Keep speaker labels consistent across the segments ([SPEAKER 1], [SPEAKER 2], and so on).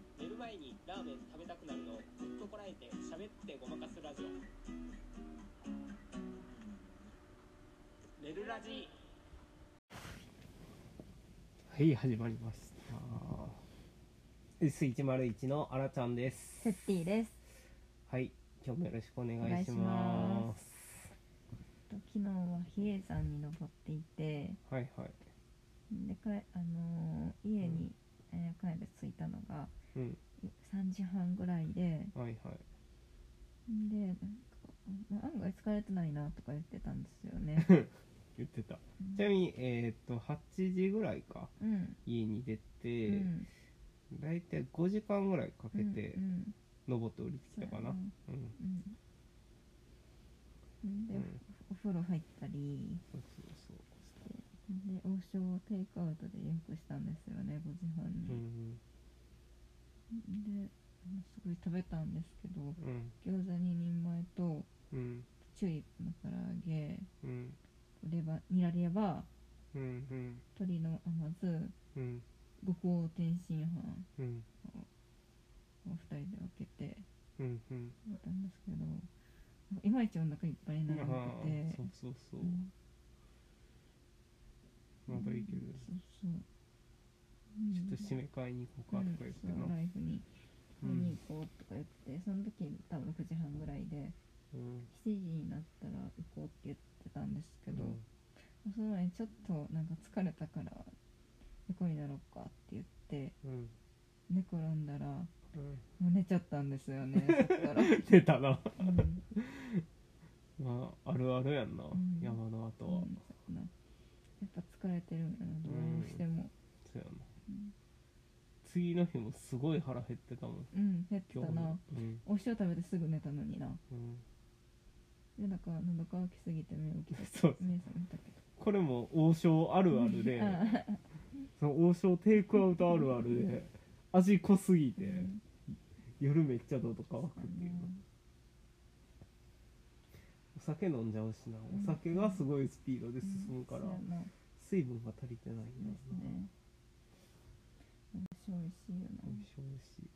[SPEAKER 1] にラーメン食べたくなるのをずっとこらえて喋ってごまかすラジオレルラジ
[SPEAKER 2] はい、始まりました。S101 のあらちゃんです。
[SPEAKER 3] セッティです。
[SPEAKER 2] はい、今日もよろしくお願いし
[SPEAKER 3] お願いし
[SPEAKER 2] ま。
[SPEAKER 3] ます昨日は比叡山に登っていて、
[SPEAKER 2] はいはい。
[SPEAKER 3] でかえあのー家に、えー帰る着いたのが
[SPEAKER 2] うん、
[SPEAKER 3] い3時半ぐらいで、
[SPEAKER 2] はいはい。
[SPEAKER 3] でなんかまあ案外疲れてないなとか言ってたんです よね。
[SPEAKER 2] 言ってた。ちなみに、えーっと、8時ぐらいか、
[SPEAKER 3] うん。
[SPEAKER 2] 家に出
[SPEAKER 3] う
[SPEAKER 2] て、
[SPEAKER 3] ん
[SPEAKER 2] だいたい5時間ぐらいかけて
[SPEAKER 3] う、ん
[SPEAKER 2] 登って降りてきたかな
[SPEAKER 3] そう。
[SPEAKER 2] うん。
[SPEAKER 3] うん。で、
[SPEAKER 2] うん
[SPEAKER 3] おお風呂入ったり
[SPEAKER 2] そうそうそう。
[SPEAKER 3] して、で王将をテイクアウトで予約したんですよね、5時半に。
[SPEAKER 2] うん、
[SPEAKER 3] であのすごい食べたんですけど
[SPEAKER 2] うん、
[SPEAKER 3] 餃子2人前と
[SPEAKER 2] うん、
[SPEAKER 3] チューリップの唐揚げ
[SPEAKER 2] うん、
[SPEAKER 3] レバニラレバ
[SPEAKER 2] うん、うん、
[SPEAKER 3] 鶏の甘酢
[SPEAKER 2] うん、
[SPEAKER 3] 五香天津飯
[SPEAKER 2] うん、
[SPEAKER 3] を2人で分けて
[SPEAKER 2] うん、うん。
[SPEAKER 3] 食べたんですけどいまいちお腹いっぱいにならなく
[SPEAKER 2] あ
[SPEAKER 3] て
[SPEAKER 2] ーそうそうそうう。
[SPEAKER 3] ん
[SPEAKER 2] まだいける。
[SPEAKER 3] そうそううん
[SPEAKER 2] ちょっと締め買いに行こうかとか言って
[SPEAKER 3] うんそう
[SPEAKER 2] な。
[SPEAKER 3] ライフに
[SPEAKER 2] う
[SPEAKER 3] 買いに
[SPEAKER 2] ん。
[SPEAKER 3] 行こうとか言って、その時多分6時半ぐらいで
[SPEAKER 2] うん。
[SPEAKER 3] 7時になったら行こうって言ってたんですけど、その前にちょっとなんか疲れたから猫になろうかって言って
[SPEAKER 2] うん。
[SPEAKER 3] 寝転んだらも
[SPEAKER 2] うん。
[SPEAKER 3] う寝ちゃったんです よねそっから、うん
[SPEAKER 2] 出たな。
[SPEAKER 3] うん
[SPEAKER 2] まあ、あるあるやんな。
[SPEAKER 3] ん
[SPEAKER 2] 山の後は。
[SPEAKER 3] そうなやっぱ疲れてるんやなどうしても
[SPEAKER 2] そうやな
[SPEAKER 3] うん。
[SPEAKER 2] 次の日もすごい腹減ってたもん。
[SPEAKER 3] うん減って
[SPEAKER 2] 今
[SPEAKER 3] た
[SPEAKER 2] 日
[SPEAKER 3] な
[SPEAKER 2] も。うん。
[SPEAKER 3] お塩食べてすぐ寝たのにな
[SPEAKER 2] うん。
[SPEAKER 3] でなんか喉乾きすぎて目起きて
[SPEAKER 2] そう
[SPEAKER 3] 目覚めたけ
[SPEAKER 2] これも王将あるあるで
[SPEAKER 3] ど、あ
[SPEAKER 2] その王将テイクアウトあるあるで、味濃すぎ
[SPEAKER 3] ー
[SPEAKER 2] て、夜めっちゃ喉乾くっていう。お酒飲んじゃうしな。お酒がすごいスピードで進むから
[SPEAKER 3] そう、やな
[SPEAKER 2] 水分が足りてないんだ
[SPEAKER 3] で
[SPEAKER 2] よ
[SPEAKER 3] す
[SPEAKER 2] な。
[SPEAKER 3] ね美味しいよな
[SPEAKER 2] 美味しい美味しい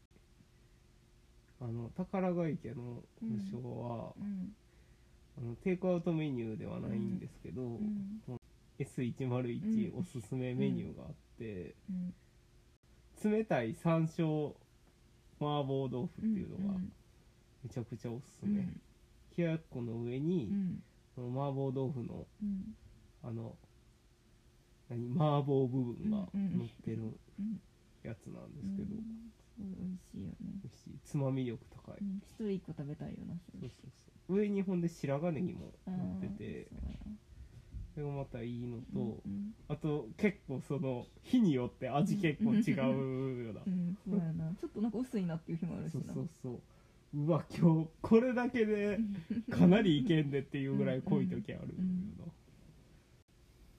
[SPEAKER 2] あの宝ヶ池の無償は、
[SPEAKER 3] うん
[SPEAKER 2] あのテイクアウトメニューではないんですけど、
[SPEAKER 3] うん、
[SPEAKER 2] S101
[SPEAKER 3] うん
[SPEAKER 2] おすすめメニューがあって、
[SPEAKER 3] うん
[SPEAKER 2] 冷たい山椒麻婆豆腐っていうのが
[SPEAKER 3] ん
[SPEAKER 2] めちゃくちゃおすす
[SPEAKER 3] うん
[SPEAKER 2] め、冷ややっこの上に
[SPEAKER 3] う、ん
[SPEAKER 2] その麻婆豆腐の
[SPEAKER 3] うん
[SPEAKER 2] あの何麻婆部分が
[SPEAKER 3] うんうん
[SPEAKER 2] 乗ってる
[SPEAKER 3] うん
[SPEAKER 2] やつなんですけど、
[SPEAKER 3] うんすごい美味しいよね
[SPEAKER 2] 美味しいつまみ力高い、
[SPEAKER 3] うん一人一個食べたいよな
[SPEAKER 2] そうそうそう上にほんで白髪ネギも
[SPEAKER 3] あー
[SPEAKER 2] 乗ってて
[SPEAKER 3] そうやな
[SPEAKER 2] それがまたいいのと、
[SPEAKER 3] うん
[SPEAKER 2] あと結構その日によって味結構違うような
[SPEAKER 3] うんそうや なちょっとなんか薄いなっていう日もあるし
[SPEAKER 2] そう
[SPEAKER 3] な
[SPEAKER 2] そうそううわ今日これだけでかなりいけんでっていうぐらい濃い時あるよ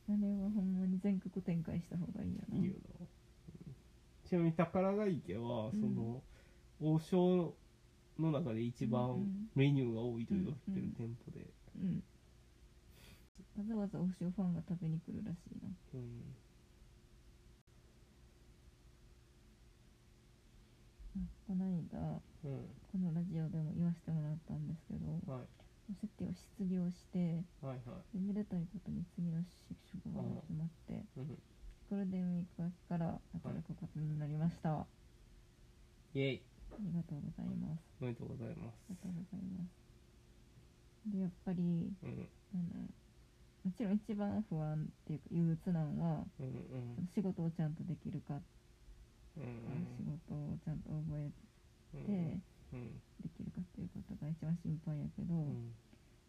[SPEAKER 3] あれはほんまに全国展開した方がいいよ
[SPEAKER 2] な、
[SPEAKER 3] ない
[SPEAKER 2] いよな、うんちなみに宝ヶ池はその、王将の中で一
[SPEAKER 3] う
[SPEAKER 2] 番
[SPEAKER 3] ん
[SPEAKER 2] メニューが多いと言われてる店舗で、
[SPEAKER 3] うんわざわざお塩ファンが食べに来るらしいな
[SPEAKER 2] うん
[SPEAKER 3] あこの間
[SPEAKER 2] うん
[SPEAKER 3] このラジオでも言わせてもらったんですけど
[SPEAKER 2] はい
[SPEAKER 3] セッティを失業して
[SPEAKER 2] はいはい
[SPEAKER 3] でめでたいことに次の職場が決まって
[SPEAKER 2] うん
[SPEAKER 3] ゴールデンウィーク明けから働くことになりました、
[SPEAKER 2] イエイ
[SPEAKER 3] ありがとうございます
[SPEAKER 2] おめでとうございま
[SPEAKER 3] ありが
[SPEAKER 2] す
[SPEAKER 3] とうございますでやっぱり
[SPEAKER 2] うん
[SPEAKER 3] あのもちろん一番不安っていうか憂鬱なのは
[SPEAKER 2] うんうん
[SPEAKER 3] 仕事をちゃんとできるか、
[SPEAKER 2] うん
[SPEAKER 3] 仕事をちゃんと覚え
[SPEAKER 2] う
[SPEAKER 3] て
[SPEAKER 2] んうん
[SPEAKER 3] できるかっていうことが一番心配やけど、
[SPEAKER 2] うん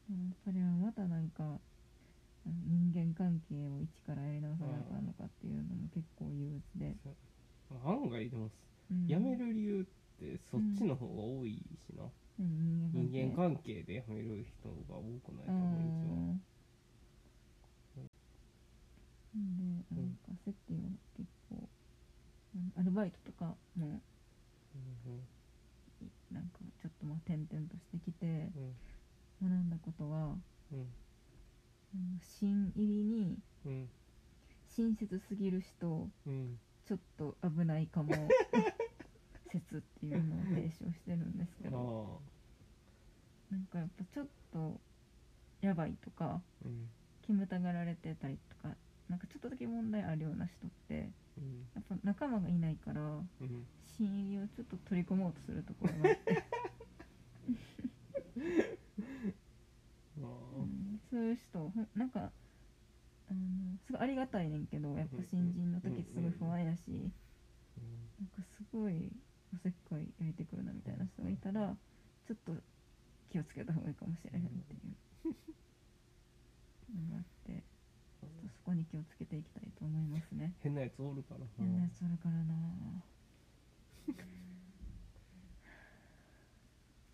[SPEAKER 3] でもやっぱりまたなんかあの人間関係を一からやり直さなあかんのかっていうのも結構憂鬱で、
[SPEAKER 2] 案外でも
[SPEAKER 3] うん
[SPEAKER 2] 辞める理由ってそっちの方が多いしな、
[SPEAKER 3] うん人間関係
[SPEAKER 2] 人間関係で辞める人が多くないと思
[SPEAKER 3] うんで
[SPEAKER 2] うん
[SPEAKER 3] なんかセッティは結構うんアルバイトとかも
[SPEAKER 2] う
[SPEAKER 3] いなんかちょっとまあ転々としてきて
[SPEAKER 2] ん
[SPEAKER 3] 学んだことは
[SPEAKER 2] うんうん
[SPEAKER 3] うん新入りに
[SPEAKER 2] うん
[SPEAKER 3] 親切すぎる人
[SPEAKER 2] うん
[SPEAKER 3] ちょっと危ないかも説ってっていうのを提唱してるんですけ
[SPEAKER 2] あ
[SPEAKER 3] ど
[SPEAKER 2] あ
[SPEAKER 3] なんかやっぱちょっとやばいとか
[SPEAKER 2] うん
[SPEAKER 3] 煙たがられてたりとかなんかちょっとだけ問題あるような人って
[SPEAKER 2] うん
[SPEAKER 3] やっぱ仲間がいないから
[SPEAKER 2] うん
[SPEAKER 3] 親友をちょっと取り込もうとするところがあ って、
[SPEAKER 2] あ
[SPEAKER 3] う
[SPEAKER 2] あ
[SPEAKER 3] んそういう人ほんなんかあのすごいありがたいねんけどやっぱ新人の時すごい不安やし
[SPEAKER 2] うん
[SPEAKER 3] なんかすごいおせっかい焼いてくるなみたいな人がいたらちょっと気をつけた方がいいかもしれへんっていうのがあってちょっとそこに気をつけていきたいと思いますね。
[SPEAKER 2] 変なやつおるからな
[SPEAKER 3] 変なやつおるからな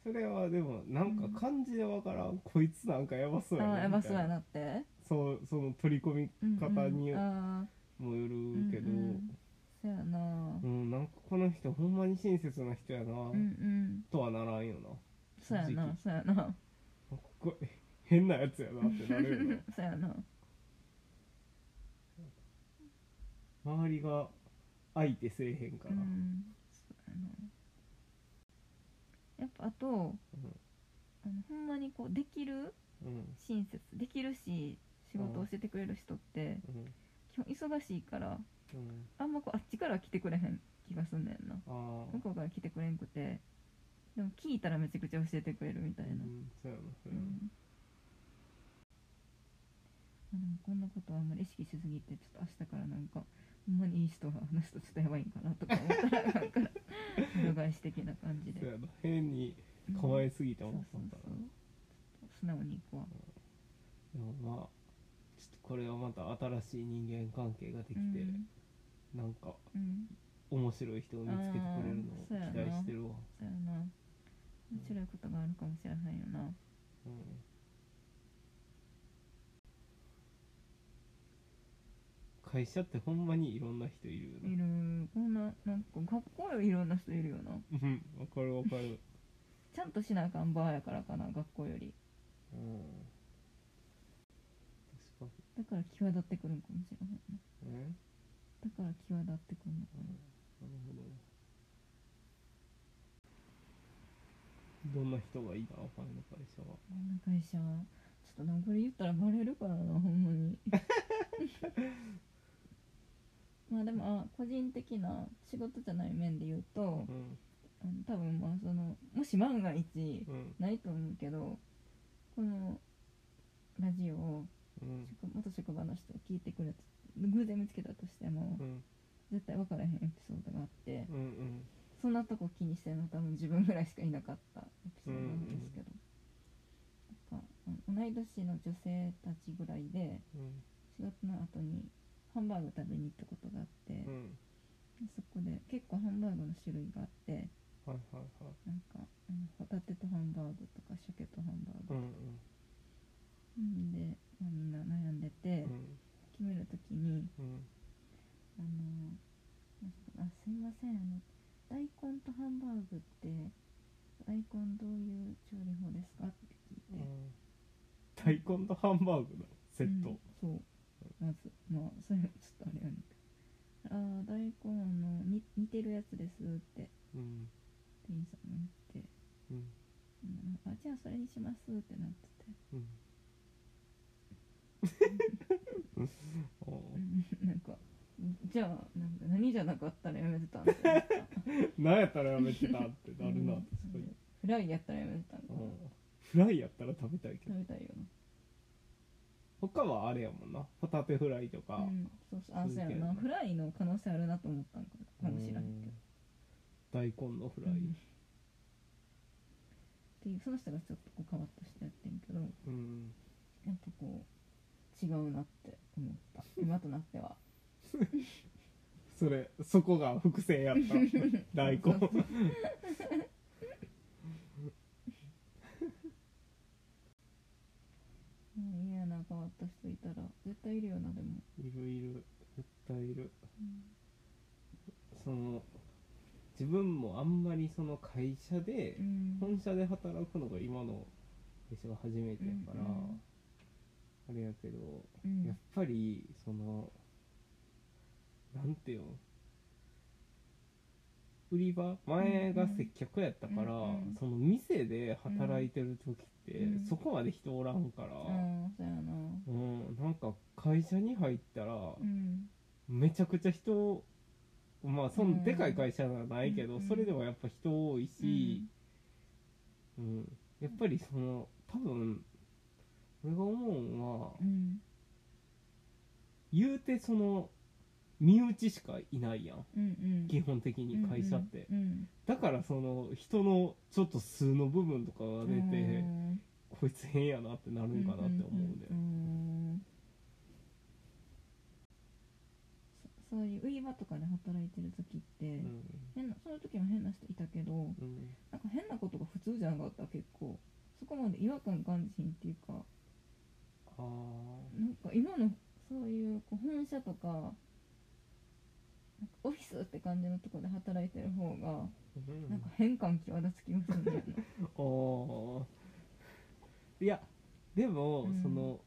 [SPEAKER 2] それはでもなんか感じでわからん、こいつなんかやばそうや
[SPEAKER 3] あ
[SPEAKER 2] な
[SPEAKER 3] あや
[SPEAKER 2] み
[SPEAKER 3] ば
[SPEAKER 2] た
[SPEAKER 3] そ
[SPEAKER 2] いうな
[SPEAKER 3] やなって
[SPEAKER 2] そうその取り込み
[SPEAKER 3] うんうん
[SPEAKER 2] 方に
[SPEAKER 3] あ
[SPEAKER 2] もよ
[SPEAKER 3] ー
[SPEAKER 2] るけど、
[SPEAKER 3] う
[SPEAKER 2] うん
[SPEAKER 3] うんんそやな
[SPEAKER 2] なんかこの人ほんまに親切な人やな、
[SPEAKER 3] うんうん
[SPEAKER 2] とはならんよな
[SPEAKER 3] そや
[SPEAKER 2] 正直
[SPEAKER 3] なそやな
[SPEAKER 2] なんかこれ変なやつやなってなるよ
[SPEAKER 3] そやな
[SPEAKER 2] な周りが相手せえへんか
[SPEAKER 3] う
[SPEAKER 2] ら、
[SPEAKER 3] んそうやなやっぱあとあのほんまにこうできる
[SPEAKER 2] うんうん
[SPEAKER 3] 親切できるし仕事を教えてくれる人って
[SPEAKER 2] うん
[SPEAKER 3] 基本忙しいから
[SPEAKER 2] うん
[SPEAKER 3] あんまこうあっちからは来てくれへん気がすんねんな
[SPEAKER 2] ああ
[SPEAKER 3] 向こうから来てくれんくてでも聞いたらめちゃくちゃ教えてくれるみたいな、
[SPEAKER 2] うんそうやなそう
[SPEAKER 3] う
[SPEAKER 2] やな、
[SPEAKER 3] んまあでもこんなことはあんまり意識しすぎてちょっと明日からなんかほんまにいい人が話すとちょっとやばいんかなとか思ったらなんか裏返し的な感じで
[SPEAKER 2] そうやな変に構えすぎて
[SPEAKER 3] そう
[SPEAKER 2] も
[SPEAKER 3] そう
[SPEAKER 2] あかんか
[SPEAKER 3] そ
[SPEAKER 2] ら
[SPEAKER 3] う素直に行こう
[SPEAKER 2] でもまあちょっとこれはまた新しい人間関係ができて、
[SPEAKER 3] うん
[SPEAKER 2] なんか
[SPEAKER 3] うん
[SPEAKER 2] 面白い人を見つけてくれるのを期
[SPEAKER 3] あーそうやな
[SPEAKER 2] 待してるわ、
[SPEAKER 3] そうやな面白いことがあるかもしれないよな
[SPEAKER 2] うん会社ってほんまにいろんな人いるよ
[SPEAKER 3] い
[SPEAKER 2] な
[SPEAKER 3] るこんななんかかっこいいいろんな人いるよな
[SPEAKER 2] うんわかるわかる
[SPEAKER 3] ちゃんとしなあかんバーやからかな学校より
[SPEAKER 2] うん確か
[SPEAKER 3] だから際立ってくるんかもしれないな
[SPEAKER 2] にね
[SPEAKER 3] だから際立ってくるのかな
[SPEAKER 2] なるほどねどんな人がいいなお前の会社は
[SPEAKER 3] こんな会社はちょっとでもこれ言ったらバレるからなほんまに まあでもあ個人的な仕事じゃない面で言うと
[SPEAKER 2] うん
[SPEAKER 3] あの多分まあそのもし万が一
[SPEAKER 2] うん
[SPEAKER 3] ないと思うけどこのラジオを
[SPEAKER 2] うん
[SPEAKER 3] 職元職場の人が聞いてくれて偶然見つけたとしても
[SPEAKER 2] うん
[SPEAKER 3] 絶対分からへんエピソードがあって
[SPEAKER 2] うんうん
[SPEAKER 3] そんなとこ気にしてるの多分自分ぐらいしかいなかったエピソードなんですけど、なんかあの同い年の女性たちぐらいで
[SPEAKER 2] うん
[SPEAKER 3] 仕事の後にハンバーグ食べに行ったことがあって、
[SPEAKER 2] うん
[SPEAKER 3] そこで結構ハンバーグの種類があって
[SPEAKER 2] はいはいはい
[SPEAKER 3] なんかあのホタテとハンバーグとか鮭とハンバー
[SPEAKER 2] う
[SPEAKER 3] グ、
[SPEAKER 2] んうん
[SPEAKER 3] ん、で、まあ、みんな悩んでて、
[SPEAKER 2] うん
[SPEAKER 3] 決める時に
[SPEAKER 2] うん
[SPEAKER 3] あのなんかあすいませんあの大根とハンバーグって大根どういう調理法ですかって聞いて、
[SPEAKER 2] 大根とハンバーグのセッ
[SPEAKER 3] う
[SPEAKER 2] ト
[SPEAKER 3] ん、そうまずまあそれはちょっとあれやねああ大根あのに似てるやつですって
[SPEAKER 2] うん
[SPEAKER 3] 店員さんが言って、
[SPEAKER 2] うん
[SPEAKER 3] うん、あじゃあそれにしますってなってて、
[SPEAKER 2] う んお
[SPEAKER 3] う
[SPEAKER 2] ー
[SPEAKER 3] ん、なんかじゃあなんか何じゃなかったらやめてたんかな
[SPEAKER 2] 何やったらやめてたって なるな
[SPEAKER 3] うん
[SPEAKER 2] 確かに
[SPEAKER 3] フライやったらやめてたんか
[SPEAKER 2] う
[SPEAKER 3] なん
[SPEAKER 2] フライやったら食べたいけど
[SPEAKER 3] 食べたいよな
[SPEAKER 2] 他はあれやもんなホタテフライとか
[SPEAKER 3] うん、そうそうあ
[SPEAKER 2] 続
[SPEAKER 3] そうや
[SPEAKER 2] ける
[SPEAKER 3] なフライの可能性あるなと思ったんかなかもしれないけど
[SPEAKER 2] 大根のフライ
[SPEAKER 3] うんっていうその人がちょっとこう変わった人やってんけど
[SPEAKER 2] うん
[SPEAKER 3] やっぱこう違うなって思った今となっては
[SPEAKER 2] それそこが伏線やった 大根
[SPEAKER 3] そううん嫌な変わった人いたら絶対いるよなでも、
[SPEAKER 2] いるいる絶対いるその自分もあんまりその会社で
[SPEAKER 3] うん
[SPEAKER 2] 本社で働くのが今の会社が初めてやから、
[SPEAKER 3] うんうん
[SPEAKER 2] あれやけど、
[SPEAKER 3] うん
[SPEAKER 2] やっぱりそのなんていうの売り場前が接客やったから、
[SPEAKER 3] うんうん
[SPEAKER 2] その店で働いてる時って、
[SPEAKER 3] うん
[SPEAKER 2] そこまで人おらんから、
[SPEAKER 3] うんそうやな
[SPEAKER 2] うんなんか会社に入ったら、
[SPEAKER 3] うん
[SPEAKER 2] めちゃくちゃ人まあそ
[SPEAKER 3] うん
[SPEAKER 2] んでかい会社じゃないけど、
[SPEAKER 3] うんうん
[SPEAKER 2] それでもやっぱ人多いし、うんやっぱりその多分俺が思うんは、
[SPEAKER 3] うん
[SPEAKER 2] 言うてその身内しかいないやん
[SPEAKER 3] うんうん
[SPEAKER 2] 基本的に会社って、
[SPEAKER 3] うん
[SPEAKER 2] だからその人のちょっと数の部分とか
[SPEAKER 3] う
[SPEAKER 2] が
[SPEAKER 3] ん
[SPEAKER 2] 出て、
[SPEAKER 3] うん
[SPEAKER 2] こいつ変やなってなるんかなって思うんだよ、
[SPEAKER 3] んんそそういう売り場とかで働いてる時って、
[SPEAKER 2] うん
[SPEAKER 3] 変なその時も変な人いたけど
[SPEAKER 2] うん
[SPEAKER 3] なんか変なことが普通じゃなかった結構そこまで違和感感じひんっていうか
[SPEAKER 2] あ
[SPEAKER 3] なんか今のそういうこう本社とかなんかオフィスって感じのとこで働いてる方が
[SPEAKER 2] ーうん
[SPEAKER 3] なんか変感際立つ気がするんだよね
[SPEAKER 2] おーいやでも、
[SPEAKER 3] うん
[SPEAKER 2] その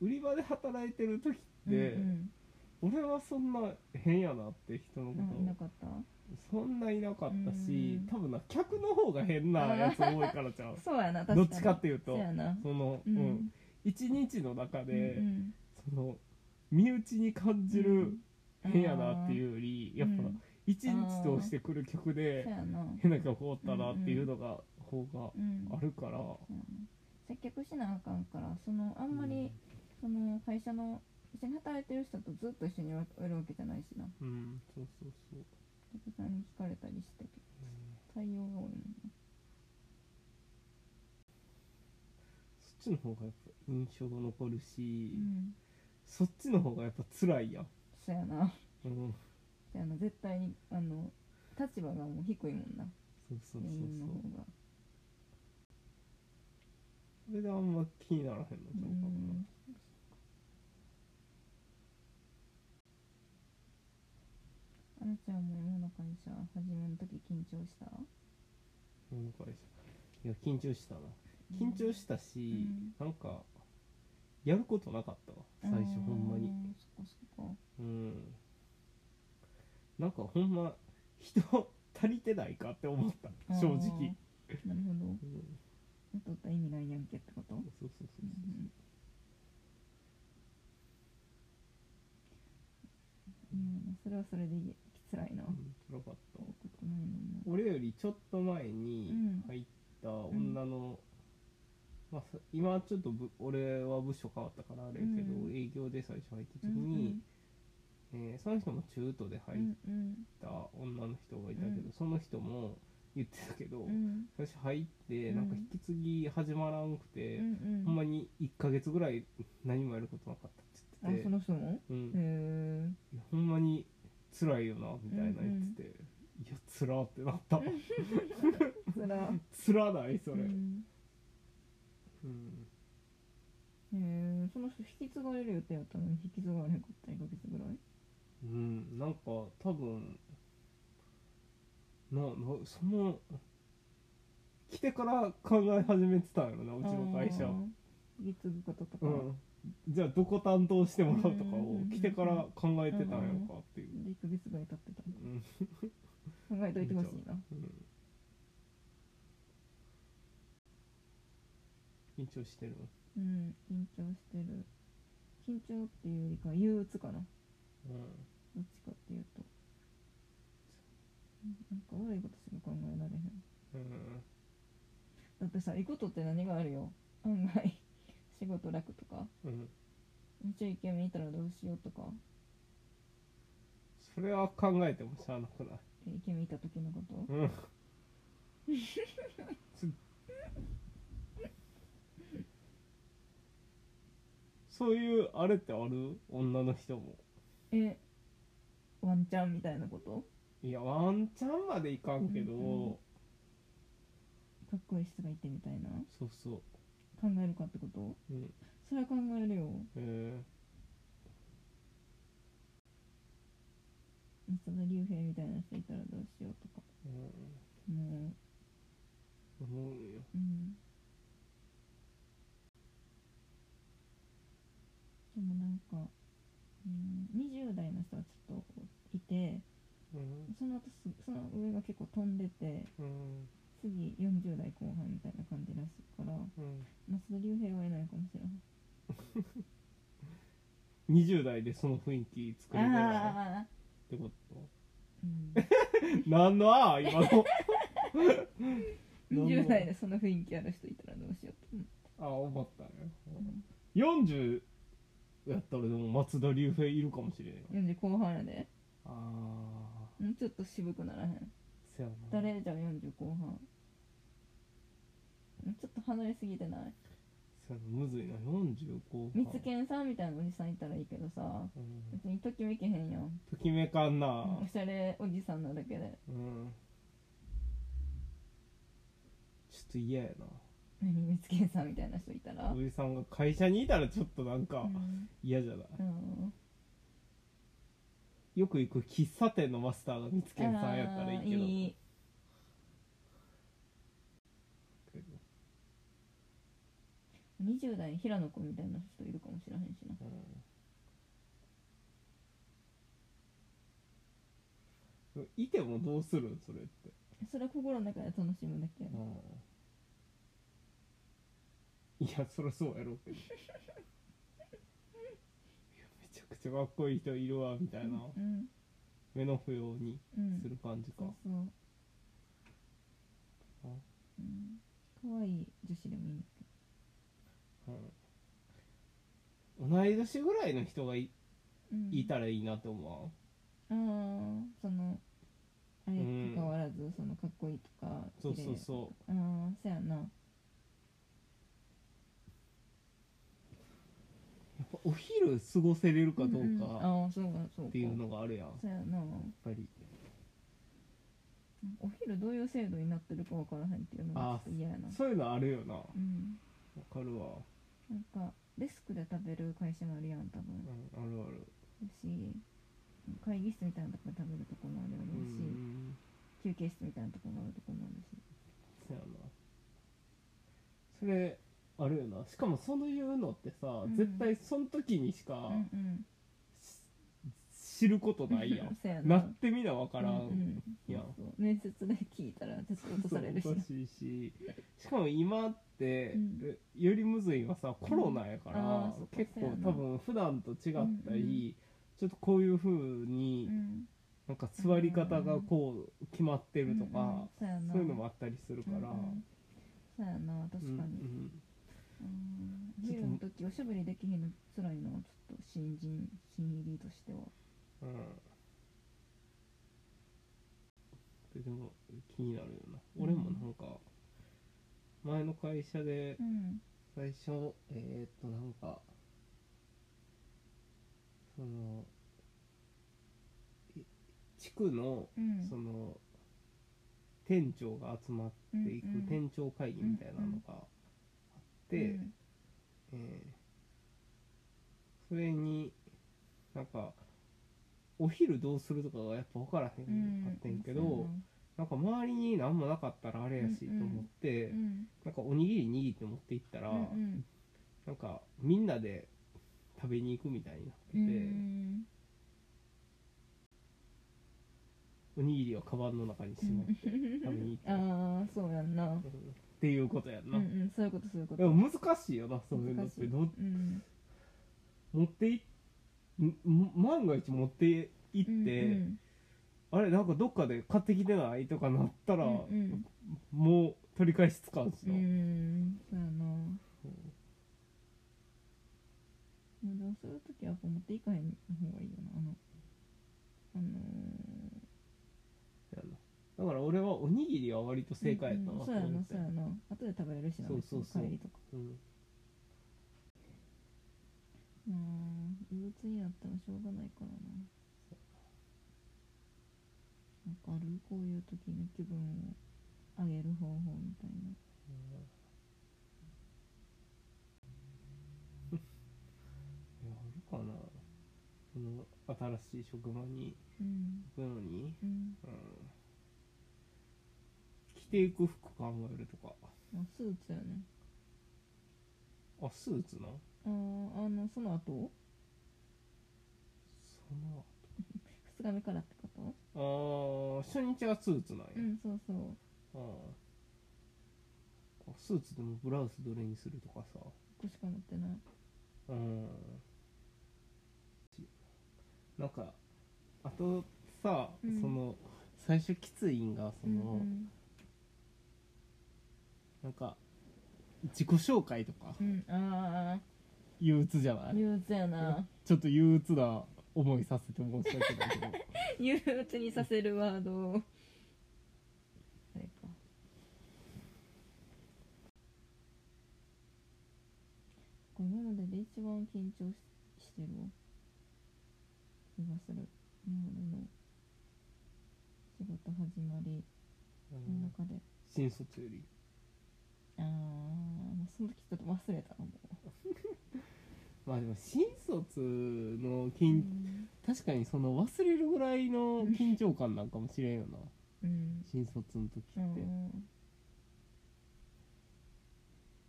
[SPEAKER 2] 売り場で働いてる時って、
[SPEAKER 3] うん
[SPEAKER 2] 俺はそんな変やなって人の
[SPEAKER 3] う
[SPEAKER 2] こ
[SPEAKER 3] ん、あいな
[SPEAKER 2] と
[SPEAKER 3] かった
[SPEAKER 2] そんないなかったし、
[SPEAKER 3] うん
[SPEAKER 2] 多分な客の方が変なやつ多いからちゃう
[SPEAKER 3] そうやな確 か
[SPEAKER 2] ど
[SPEAKER 3] に
[SPEAKER 2] っちかっていうと
[SPEAKER 3] そうやな
[SPEAKER 2] その、う
[SPEAKER 3] うん
[SPEAKER 2] ん、一日の中で、
[SPEAKER 3] うん
[SPEAKER 2] その身内に感じ
[SPEAKER 3] う
[SPEAKER 2] る
[SPEAKER 3] ん
[SPEAKER 2] 変やなっていうより、やっぱ
[SPEAKER 3] うん
[SPEAKER 2] 一日通してくる曲
[SPEAKER 3] そう
[SPEAKER 2] で
[SPEAKER 3] やな
[SPEAKER 2] 変な曲おったなっていうのが方が
[SPEAKER 3] うん
[SPEAKER 2] あるから、
[SPEAKER 3] そうやな接客しなあかんからそのあんまり、その会社の一緒に働いてる人とずっと一緒にいるわけじゃないしな
[SPEAKER 2] うん、そうそうそう
[SPEAKER 3] お客さんに聞かれたりして結構対応が多いもんな
[SPEAKER 2] そっちの方がやっぱ印象が残るし、
[SPEAKER 3] うん
[SPEAKER 2] そっちの方がやっぱ辛いやん、
[SPEAKER 3] そうやな
[SPEAKER 2] うん、
[SPEAKER 3] そうやな絶対にあの立場がもう低いもんな
[SPEAKER 2] そうそうそう
[SPEAKER 3] 店員の
[SPEAKER 2] そ
[SPEAKER 3] 方
[SPEAKER 2] う
[SPEAKER 3] が
[SPEAKER 2] それであんま気にならへんのちゃう
[SPEAKER 3] う
[SPEAKER 2] かな、
[SPEAKER 3] んあなちゃんも今の会社始めの時緊張した
[SPEAKER 2] なんかいや緊張したな緊張したし、なんかやることなかったわ最初ほんまに
[SPEAKER 3] あーそっかそっか
[SPEAKER 2] うんなんかほんま人足りてないかって思った
[SPEAKER 3] あー
[SPEAKER 2] 正直、
[SPEAKER 3] なるほど
[SPEAKER 2] うん、
[SPEAKER 3] 取ったら意味ないやんけってこと
[SPEAKER 2] そうそうそうそう
[SPEAKER 3] うん、それはそれでいい辛いな。
[SPEAKER 2] う
[SPEAKER 3] こ
[SPEAKER 2] ん辛かったわ
[SPEAKER 3] とないもんな。
[SPEAKER 2] 俺よりちょっと前に入った女の、まあ、さ今ちょっとぶ俺は部署変わったからあれやけど、
[SPEAKER 3] うん
[SPEAKER 2] 営業で最初入った
[SPEAKER 3] う
[SPEAKER 2] 時
[SPEAKER 3] ん
[SPEAKER 2] に、えーその人も中途で
[SPEAKER 3] う
[SPEAKER 2] 入っ
[SPEAKER 3] んうん
[SPEAKER 2] た女の人がいたけど、
[SPEAKER 3] うん
[SPEAKER 2] その人も言ってたけど、
[SPEAKER 3] うん
[SPEAKER 2] 最初入って
[SPEAKER 3] うん
[SPEAKER 2] なんか引き継ぎ始まらんく
[SPEAKER 3] う
[SPEAKER 2] て、
[SPEAKER 3] ん
[SPEAKER 2] ほん
[SPEAKER 3] うん。
[SPEAKER 2] まに1ヶ月ぐらい何もやることなかったって
[SPEAKER 3] あ
[SPEAKER 2] 言って
[SPEAKER 3] そ
[SPEAKER 2] て、
[SPEAKER 3] の人も？
[SPEAKER 2] うん
[SPEAKER 3] へえ。
[SPEAKER 2] いやほんまに辛いよなみたいな言ってて、いや辛ってなった
[SPEAKER 3] そら。
[SPEAKER 2] 辛ないそれ、
[SPEAKER 3] うん
[SPEAKER 2] うん
[SPEAKER 3] へえ。その人引き継がれる予定やったのに引き継がれなかった一ヶ月ぐらい。
[SPEAKER 2] うん、なんか多分ななその来てから考え始めてたんやろなうちの会社
[SPEAKER 3] あー。引き継ぐことと
[SPEAKER 2] う。
[SPEAKER 3] か
[SPEAKER 2] んじゃあどこ担当してもらうとか
[SPEAKER 3] うんうんう
[SPEAKER 2] を
[SPEAKER 3] ん
[SPEAKER 2] 来てから考えてたんやろかっていう、
[SPEAKER 3] で一ヶ月ぐらい経ってた。
[SPEAKER 2] うん
[SPEAKER 3] 考えといてほしいな。
[SPEAKER 2] 緊張してるの
[SPEAKER 3] うん。緊張してる。緊張っていうよりか憂鬱かな。
[SPEAKER 2] うん
[SPEAKER 3] どっちかっていうとうんなんか悪いことしか考えられへん
[SPEAKER 2] うん
[SPEAKER 3] だってさいいことって何があるよ案外仕事楽とか
[SPEAKER 2] うん
[SPEAKER 3] めっちゃイケメンいたらどうしようとか
[SPEAKER 2] それは考えてもしゃあなくない
[SPEAKER 3] えイケメンいた時のこと
[SPEAKER 2] うんつそういうあれってある女の人も
[SPEAKER 3] えワンチャンみたいなこと
[SPEAKER 2] いやワンチャンまでいかんけど、
[SPEAKER 3] うんうんかっこいい人がいてみたいな
[SPEAKER 2] そうそ
[SPEAKER 3] 考えるかってこと
[SPEAKER 2] ううん
[SPEAKER 3] それは考えるよ
[SPEAKER 2] へえ
[SPEAKER 3] 松田龍平みたいな人いたらどうしようとか
[SPEAKER 2] うん
[SPEAKER 3] も
[SPEAKER 2] 思うよ
[SPEAKER 3] ううんでもなんか、うん、20代の人はちょっといて
[SPEAKER 2] うん
[SPEAKER 3] その私すその上が結構飛んでて
[SPEAKER 2] うん
[SPEAKER 3] 次40代後半みたいな感じらしいから
[SPEAKER 2] うん
[SPEAKER 3] 松田龍平は得ないかもしれない
[SPEAKER 2] 20代でその雰囲気作れないっ
[SPEAKER 3] ああ
[SPEAKER 2] てこと
[SPEAKER 3] うん
[SPEAKER 2] なんのあー今 の
[SPEAKER 3] 20代でその雰囲気ある人いたらどうしようと思
[SPEAKER 2] あ思ったね
[SPEAKER 3] うん
[SPEAKER 2] 40やったらでも松田龍平いるかもしれんよ
[SPEAKER 3] う40後半やで
[SPEAKER 2] ああ
[SPEAKER 3] もうちょっと渋くならへん
[SPEAKER 2] せやな
[SPEAKER 3] 誰じゃん40後半ちょっと離れすぎてない
[SPEAKER 2] せやなむずいな40後半
[SPEAKER 3] 三つけんさんみたいなおじさんいたらいいけどさ
[SPEAKER 2] うん
[SPEAKER 3] 別にときめけへんやん
[SPEAKER 2] ときめかんな
[SPEAKER 3] おしゃれおじさんなだけで
[SPEAKER 2] うんちょっと嫌やな
[SPEAKER 3] 何三つけんさんみたいな人いたら
[SPEAKER 2] おじさんが会社にいたらちょっとなん
[SPEAKER 3] う
[SPEAKER 2] か
[SPEAKER 3] ん
[SPEAKER 2] 嫌じゃない、
[SPEAKER 3] うん
[SPEAKER 2] よく行く喫茶店のマスターが見つけんさんやったらいいけど
[SPEAKER 3] あーいい20代平野君みたいな人いるかもしれへんしな
[SPEAKER 2] うんいてもどうするんそれって、
[SPEAKER 3] それは心の中で楽しむだけやな
[SPEAKER 2] うんいやそりゃそうやろうけどいやめちゃくちゃかっこいい人いるわみたいな
[SPEAKER 3] うん
[SPEAKER 2] 目の不要に
[SPEAKER 3] うん
[SPEAKER 2] する感じか
[SPEAKER 3] そう、そう
[SPEAKER 2] あ
[SPEAKER 3] うん可愛い女子でもいいんだけ
[SPEAKER 2] うん同い年ぐらいの人がい
[SPEAKER 3] ど、うん、
[SPEAKER 2] いたらいいなと思わん
[SPEAKER 3] あーそのあれ
[SPEAKER 2] うん
[SPEAKER 3] 関わらずそのかっこいいとか
[SPEAKER 2] そうそうそう
[SPEAKER 3] うああそやな
[SPEAKER 2] やっぱお昼過ごせれるかど
[SPEAKER 3] ん
[SPEAKER 2] うんか
[SPEAKER 3] ああそうかそうか
[SPEAKER 2] っていうのがあるやんやっ
[SPEAKER 3] そやな
[SPEAKER 2] ぱり
[SPEAKER 3] お昼どういう制度になってるかわからへんっていうのがちょっと嫌やな
[SPEAKER 2] そういうのあるよなわ
[SPEAKER 3] うん
[SPEAKER 2] かるわ
[SPEAKER 3] なんかデスクで食べる会社もあるやん多
[SPEAKER 2] うん
[SPEAKER 3] 分
[SPEAKER 2] あるある
[SPEAKER 3] だし会議室みたいなとこで食べるとこもあるやろ
[SPEAKER 2] う
[SPEAKER 3] うし、
[SPEAKER 2] ん
[SPEAKER 3] 休憩室みたいなとこもあるとこもあるし
[SPEAKER 2] そうやなそれあるよなしかもそういうのってさ、
[SPEAKER 3] ん
[SPEAKER 2] 絶対その時にしか
[SPEAKER 3] うんうん
[SPEAKER 2] し知ることないやん
[SPEAKER 3] そうやな
[SPEAKER 2] なってみなわからん、
[SPEAKER 3] うんうん
[SPEAKER 2] やん
[SPEAKER 3] そう面接で聞いたらちょっと落とされるし
[SPEAKER 2] そうおかしいししかも今って、
[SPEAKER 3] うん
[SPEAKER 2] よりむずいのはさコロナやから、
[SPEAKER 3] うんあーそっか
[SPEAKER 2] 結
[SPEAKER 3] そう
[SPEAKER 2] 構
[SPEAKER 3] やな
[SPEAKER 2] 多分普段と違った
[SPEAKER 3] うんうん
[SPEAKER 2] り、ちょっとこういう風に、
[SPEAKER 3] うん
[SPEAKER 2] なんか座り方がこう決まってるとか、
[SPEAKER 3] うんうんそうやな
[SPEAKER 2] そういうのもあったりするから、
[SPEAKER 3] うんうんそうやな確かに、うん、
[SPEAKER 2] ちょっと
[SPEAKER 3] 昼の時おしゃべりできへんのつらいなちょっと新人新入りとしては
[SPEAKER 2] うんうんででも気になるよな、
[SPEAKER 3] うん
[SPEAKER 2] 俺もなんか前の会社で
[SPEAKER 3] うん
[SPEAKER 2] 最初えー、っとなんかそのい地区の
[SPEAKER 3] うん
[SPEAKER 2] その店長が集まっていく
[SPEAKER 3] うんうん
[SPEAKER 2] 店長会議みたいなのがあって、
[SPEAKER 3] うん
[SPEAKER 2] えーそれになんかお昼どうするとかがやっぱ分からへ
[SPEAKER 3] うん
[SPEAKER 2] かっ
[SPEAKER 3] ん
[SPEAKER 2] てんけど、なんか周りに何もなかったらあれやしと思って、
[SPEAKER 3] そうやなうん
[SPEAKER 2] なんかおにぎり握って持って行ったら、
[SPEAKER 3] うん
[SPEAKER 2] なんかみんなで食べに行くみたいになって
[SPEAKER 3] う
[SPEAKER 2] て、
[SPEAKER 3] んうん
[SPEAKER 2] おにぎりをカバンの中にしまって食べに行った、
[SPEAKER 3] ああそうやんな
[SPEAKER 2] うんっていうことやん
[SPEAKER 3] うん
[SPEAKER 2] な、
[SPEAKER 3] うんそういうことそういうこと
[SPEAKER 2] でも難しいよなそういうのっ
[SPEAKER 3] 難しい
[SPEAKER 2] てど
[SPEAKER 3] うん
[SPEAKER 2] 持っていん万が一持って行って、
[SPEAKER 3] うん
[SPEAKER 2] あれなんかどっかで買ってきてないとかなったら、
[SPEAKER 3] うんうん
[SPEAKER 2] もう取り返しつかんし
[SPEAKER 3] う
[SPEAKER 2] な、
[SPEAKER 3] んそうやなでもそういう時はやっぱ持っていかへん方がいいよなあのあのー
[SPEAKER 2] やなだから俺はおにぎりは割と正解やった
[SPEAKER 3] うんう
[SPEAKER 2] なんと
[SPEAKER 3] そうや
[SPEAKER 2] 思
[SPEAKER 3] な
[SPEAKER 2] っ
[SPEAKER 3] そ
[SPEAKER 2] て
[SPEAKER 3] うやな後で食べれるしな
[SPEAKER 2] そうそうそう
[SPEAKER 3] 帰りとか
[SPEAKER 2] うん
[SPEAKER 3] うん憂鬱になったらしょうがないからななんかあるこういう時の気分を上げる方法みたいな
[SPEAKER 2] やるかなこの新しい職場に
[SPEAKER 3] うん
[SPEAKER 2] 行くのに、
[SPEAKER 3] うん
[SPEAKER 2] うん、着ていく服考えるとか
[SPEAKER 3] まあスーツやね
[SPEAKER 2] あスーツな
[SPEAKER 3] あーあのその後
[SPEAKER 2] その
[SPEAKER 3] 二日目からってことこと
[SPEAKER 2] あー初日がスーツなんや、
[SPEAKER 3] うんそうそう
[SPEAKER 2] あースーツでもブラウスどれにするとかさ
[SPEAKER 3] こしか持ってない
[SPEAKER 2] うんなんかあとさ、
[SPEAKER 3] うん
[SPEAKER 2] その最初きついんがその、
[SPEAKER 3] うんうん
[SPEAKER 2] なんか自己紹介とか
[SPEAKER 3] うん、あ
[SPEAKER 2] 憂鬱じゃな
[SPEAKER 3] あ
[SPEAKER 2] い、
[SPEAKER 3] 憂鬱やな
[SPEAKER 2] ちょっと憂鬱な思いさせて申し訳ないけ ど
[SPEAKER 3] 憂鬱にさせるワードをあれか今までで一番緊張ししてる気がする今までの仕事始まり
[SPEAKER 2] う
[SPEAKER 3] の
[SPEAKER 2] ん
[SPEAKER 3] 中で、
[SPEAKER 2] 新卒より
[SPEAKER 3] ああもうその時ちょっと忘れたなもう
[SPEAKER 2] まあでも新卒の緊、
[SPEAKER 3] うん
[SPEAKER 2] 確かにその忘れるぐらいの緊張感なんかもしれんよな
[SPEAKER 3] うん
[SPEAKER 2] 新卒の時って
[SPEAKER 3] う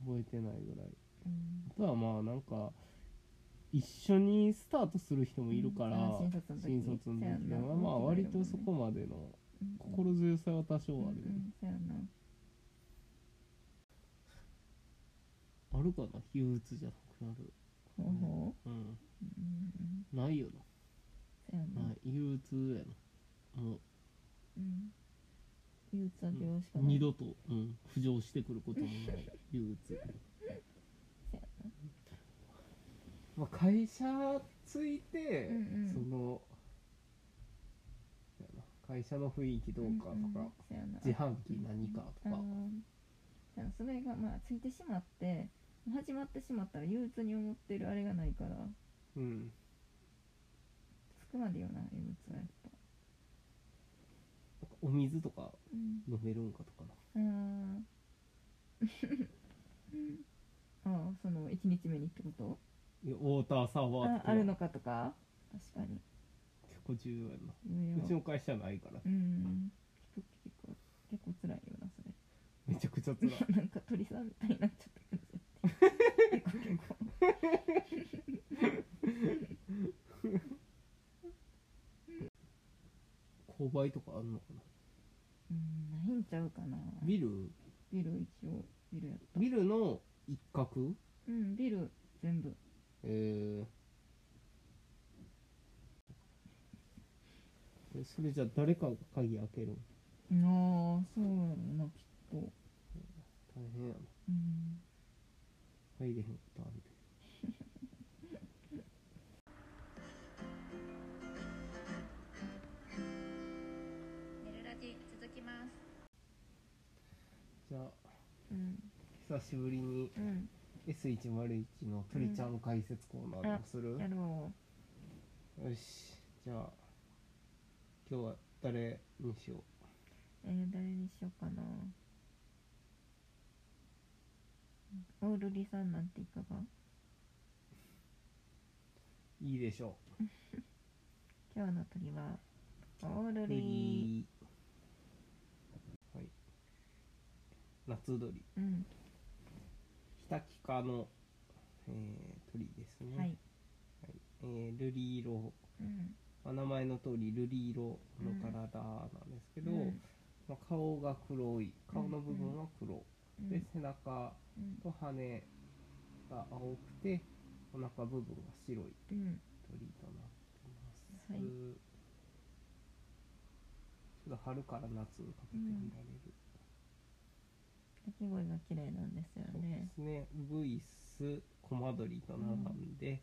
[SPEAKER 2] 覚
[SPEAKER 3] ん
[SPEAKER 2] えてないぐらい
[SPEAKER 3] うん
[SPEAKER 2] あとはまあなんか一緒にスタートする人もいるから、
[SPEAKER 3] あ新卒の時
[SPEAKER 2] 新卒の時
[SPEAKER 3] そうや
[SPEAKER 2] は
[SPEAKER 3] んな
[SPEAKER 2] まあ割とそこまでの心強さは多少ある
[SPEAKER 3] う
[SPEAKER 2] よ
[SPEAKER 3] んう
[SPEAKER 2] ね
[SPEAKER 3] ん、そうやな
[SPEAKER 2] あるかな憂鬱じゃなくなる
[SPEAKER 3] 方法
[SPEAKER 2] うん
[SPEAKER 3] うんうん
[SPEAKER 2] ないよ
[SPEAKER 3] そうや
[SPEAKER 2] な、
[SPEAKER 3] な
[SPEAKER 2] ない憂鬱やなもう
[SPEAKER 3] うん憂鬱は病しかない
[SPEAKER 2] 二度と、うん、浮上してくることもない憂鬱
[SPEAKER 3] そうやな
[SPEAKER 2] まあ会社ついて、
[SPEAKER 3] うんうん
[SPEAKER 2] そのそうやな会社の雰囲気どうかとか、
[SPEAKER 3] んんそうやな
[SPEAKER 2] 自販機何かとか、
[SPEAKER 3] あーそうやなそれがまあついてしまって始まってしまったら憂鬱に思ってるあれがないから
[SPEAKER 2] うん
[SPEAKER 3] つくまでよな憂鬱はやっぱ
[SPEAKER 2] なんかお水とか
[SPEAKER 3] うん
[SPEAKER 2] 飲めるんかとかな
[SPEAKER 3] あー あーその1日目にってこと
[SPEAKER 2] いやウォーターサーバー
[SPEAKER 3] あ
[SPEAKER 2] とか
[SPEAKER 3] あるのかとか確かに
[SPEAKER 2] 結構重要やな
[SPEAKER 3] う
[SPEAKER 2] うちの会社ないから
[SPEAKER 3] うん聞く聞く結構辛いよなそれ
[SPEAKER 2] めちゃくちゃ辛い
[SPEAKER 3] なんか鳥さんみたいになっちゃったけど結構結
[SPEAKER 2] 購買とかあるのかな
[SPEAKER 3] 構うんないんちゃうかなビ
[SPEAKER 2] ビル
[SPEAKER 3] ル一応ビルやった
[SPEAKER 2] ビルの一角
[SPEAKER 3] うんビル全部
[SPEAKER 2] えー、それじゃあ誰かが鍵開けるん
[SPEAKER 3] ああそうやろなきっと
[SPEAKER 2] 大変やな
[SPEAKER 3] うん
[SPEAKER 2] 入れへんことあるで
[SPEAKER 4] 寝るラジ続きます
[SPEAKER 2] じゃあ
[SPEAKER 3] うん
[SPEAKER 2] 久しぶりに
[SPEAKER 3] うん
[SPEAKER 2] S101 の鳥ちゃん解説コーナーでもする、
[SPEAKER 3] やろ
[SPEAKER 2] よしじゃあ今日は誰にしよう
[SPEAKER 3] うえー、誰にしようかなオールリさんなんていかが
[SPEAKER 2] いいでしょ
[SPEAKER 3] 今日の鳥はオー
[SPEAKER 2] う
[SPEAKER 3] ルリ
[SPEAKER 2] 鳥はい夏鳥
[SPEAKER 3] うん
[SPEAKER 2] ひたきかの、えー鳥ですね、
[SPEAKER 3] はい
[SPEAKER 2] えールリ色
[SPEAKER 3] うん
[SPEAKER 2] まあ名前の通り瑠璃色の体なんですけど、
[SPEAKER 3] うん
[SPEAKER 2] まあ、顔が黒い顔の部分は黒、
[SPEAKER 3] うん
[SPEAKER 2] で背中
[SPEAKER 3] うん
[SPEAKER 2] と羽が青くてお腹部分が白い
[SPEAKER 3] うん
[SPEAKER 2] 鳥となってます、
[SPEAKER 3] はい
[SPEAKER 2] ちょっと春から夏にかけて見られる、
[SPEAKER 3] 鳴き声が綺麗なんですよ
[SPEAKER 2] そうで
[SPEAKER 3] ね。
[SPEAKER 2] すねウグイスコマドリと並んで、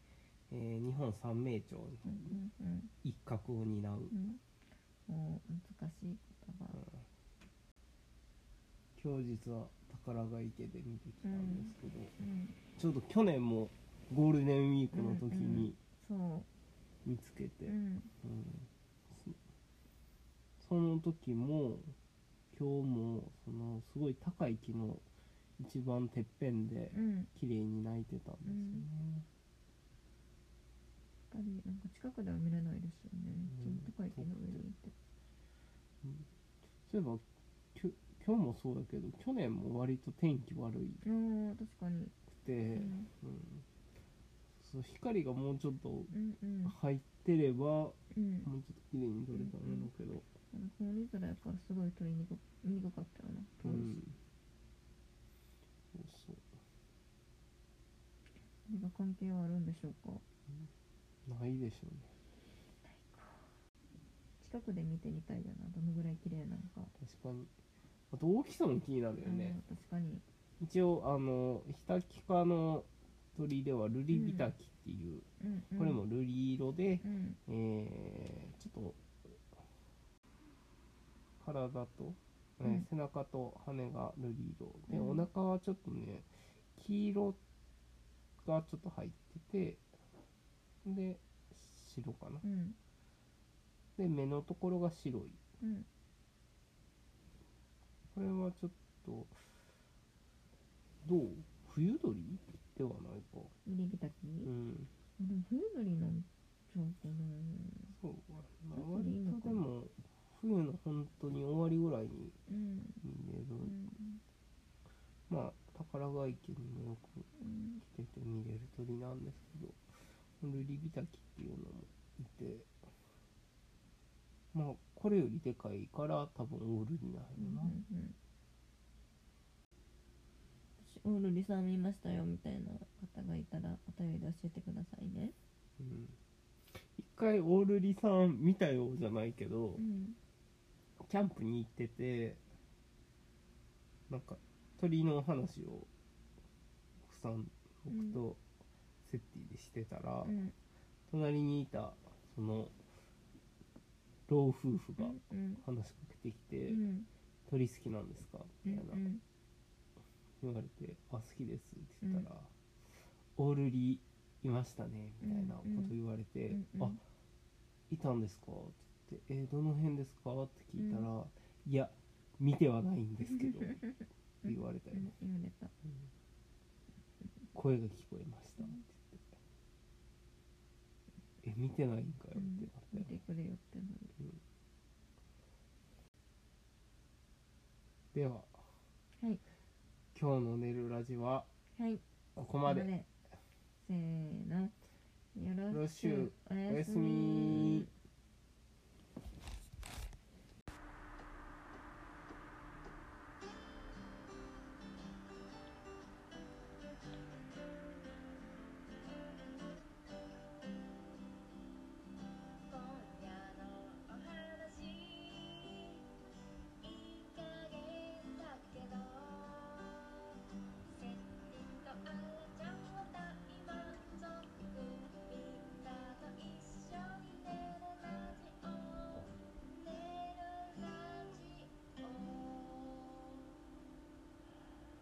[SPEAKER 2] えー日本三名鳥の
[SPEAKER 3] うんうん
[SPEAKER 2] 一角を担う、
[SPEAKER 3] うん。もう難しい言葉。
[SPEAKER 2] 今日実は宝が池で見てきたんですけど、
[SPEAKER 3] うん。
[SPEAKER 2] ちょうど去年もゴールデンウィークの時に
[SPEAKER 3] そ
[SPEAKER 2] 見つけて、
[SPEAKER 3] う。うん。
[SPEAKER 2] うんそその時も今日もそのすごい高い木の一番てっぺんで
[SPEAKER 3] うん。
[SPEAKER 2] 綺麗に鳴いてたんですよね、
[SPEAKER 3] やっぱりなんか近くでは見れないですよね。
[SPEAKER 2] う
[SPEAKER 3] ち
[SPEAKER 2] ん
[SPEAKER 3] ょっと高い木の上にいて。
[SPEAKER 2] そういえばきょ今日もそうだけど去年も割と天気悪
[SPEAKER 3] ああ確かに。
[SPEAKER 2] くて、
[SPEAKER 3] うん
[SPEAKER 2] うん、そう光がもうちょっと
[SPEAKER 3] うんうん。
[SPEAKER 2] 入ってればも
[SPEAKER 3] うん
[SPEAKER 2] うちょっと綺麗に取れたんだけど
[SPEAKER 3] このリトラやからすごい取りにくにくかったよな
[SPEAKER 2] う
[SPEAKER 3] 当時、
[SPEAKER 2] んそう
[SPEAKER 3] 何か関係はあるんでしょうか
[SPEAKER 2] そうないでしょうね
[SPEAKER 3] 近くで見てみたいよなどのぐらい綺麗なのか、
[SPEAKER 2] 確かにあと大きさも気になるよね、
[SPEAKER 3] うん確かに
[SPEAKER 2] 一応あのヒタキ科の鳥ではルリビタキっていう、
[SPEAKER 3] うんうん
[SPEAKER 2] これも瑠璃色で、
[SPEAKER 3] うん
[SPEAKER 2] えーちょっと体と、えー
[SPEAKER 3] うん
[SPEAKER 2] 背中と羽が瑠璃色で、
[SPEAKER 3] うん
[SPEAKER 2] お腹はちょっとね黄色がちょっと入っててで白かな
[SPEAKER 3] うん
[SPEAKER 2] で目のところが白い
[SPEAKER 3] うん
[SPEAKER 2] これはちょっとどう冬鳥ではないか
[SPEAKER 3] 入り浸き、
[SPEAKER 2] うん
[SPEAKER 3] でも冬鳥なんちゃうかな
[SPEAKER 2] そうまあ
[SPEAKER 3] 冬鳥いいの
[SPEAKER 2] 割
[SPEAKER 3] か
[SPEAKER 2] と
[SPEAKER 3] な
[SPEAKER 2] でも冬の本当に終わりぐらいに
[SPEAKER 3] うん
[SPEAKER 2] 見れる、
[SPEAKER 3] うん
[SPEAKER 2] まあ宝ヶ池にもよく
[SPEAKER 3] うん
[SPEAKER 2] 来てて見れる鳥なんですけどルリビタキっていうのもいてまあこれよりでかいから多分オールにな
[SPEAKER 3] う
[SPEAKER 2] る
[SPEAKER 3] ん
[SPEAKER 2] な、
[SPEAKER 3] うん私オールリさん見ましたよみたいな方がいたらお便りで教えてくださいね
[SPEAKER 2] うん一回オールリさん見たようじゃないけど、
[SPEAKER 3] うん
[SPEAKER 2] キャンプに行っててなんか鳥の話を奥さん僕とセッティでしてたら、
[SPEAKER 3] うん
[SPEAKER 2] 隣にいたその老夫婦
[SPEAKER 3] う
[SPEAKER 2] が
[SPEAKER 3] んうん
[SPEAKER 2] 話しかけてきて「
[SPEAKER 3] うん
[SPEAKER 2] 鳥好きなんですか?」
[SPEAKER 3] う
[SPEAKER 2] みたいなん言われて「あ好きです」って言ったら「オールリいましたね」みたいなこと言われて
[SPEAKER 3] うん
[SPEAKER 2] 「
[SPEAKER 3] うん
[SPEAKER 2] あいたんですか?」って言って「えーどの辺ですか?」って聞いたら「いや見てはないんですけど」って言われたよね
[SPEAKER 3] 言われた
[SPEAKER 2] 声が聞こえましたって言って「え見てないんかよ」ってなった
[SPEAKER 3] 見
[SPEAKER 2] よ
[SPEAKER 3] てくれよってなる
[SPEAKER 2] では、
[SPEAKER 3] はい
[SPEAKER 2] 今日の「寝るラジ」は
[SPEAKER 3] はい
[SPEAKER 2] ここまで。
[SPEAKER 3] せーのよろし
[SPEAKER 2] よろしゅ
[SPEAKER 3] くお
[SPEAKER 2] おや
[SPEAKER 3] や
[SPEAKER 2] す
[SPEAKER 3] す
[SPEAKER 2] み
[SPEAKER 3] み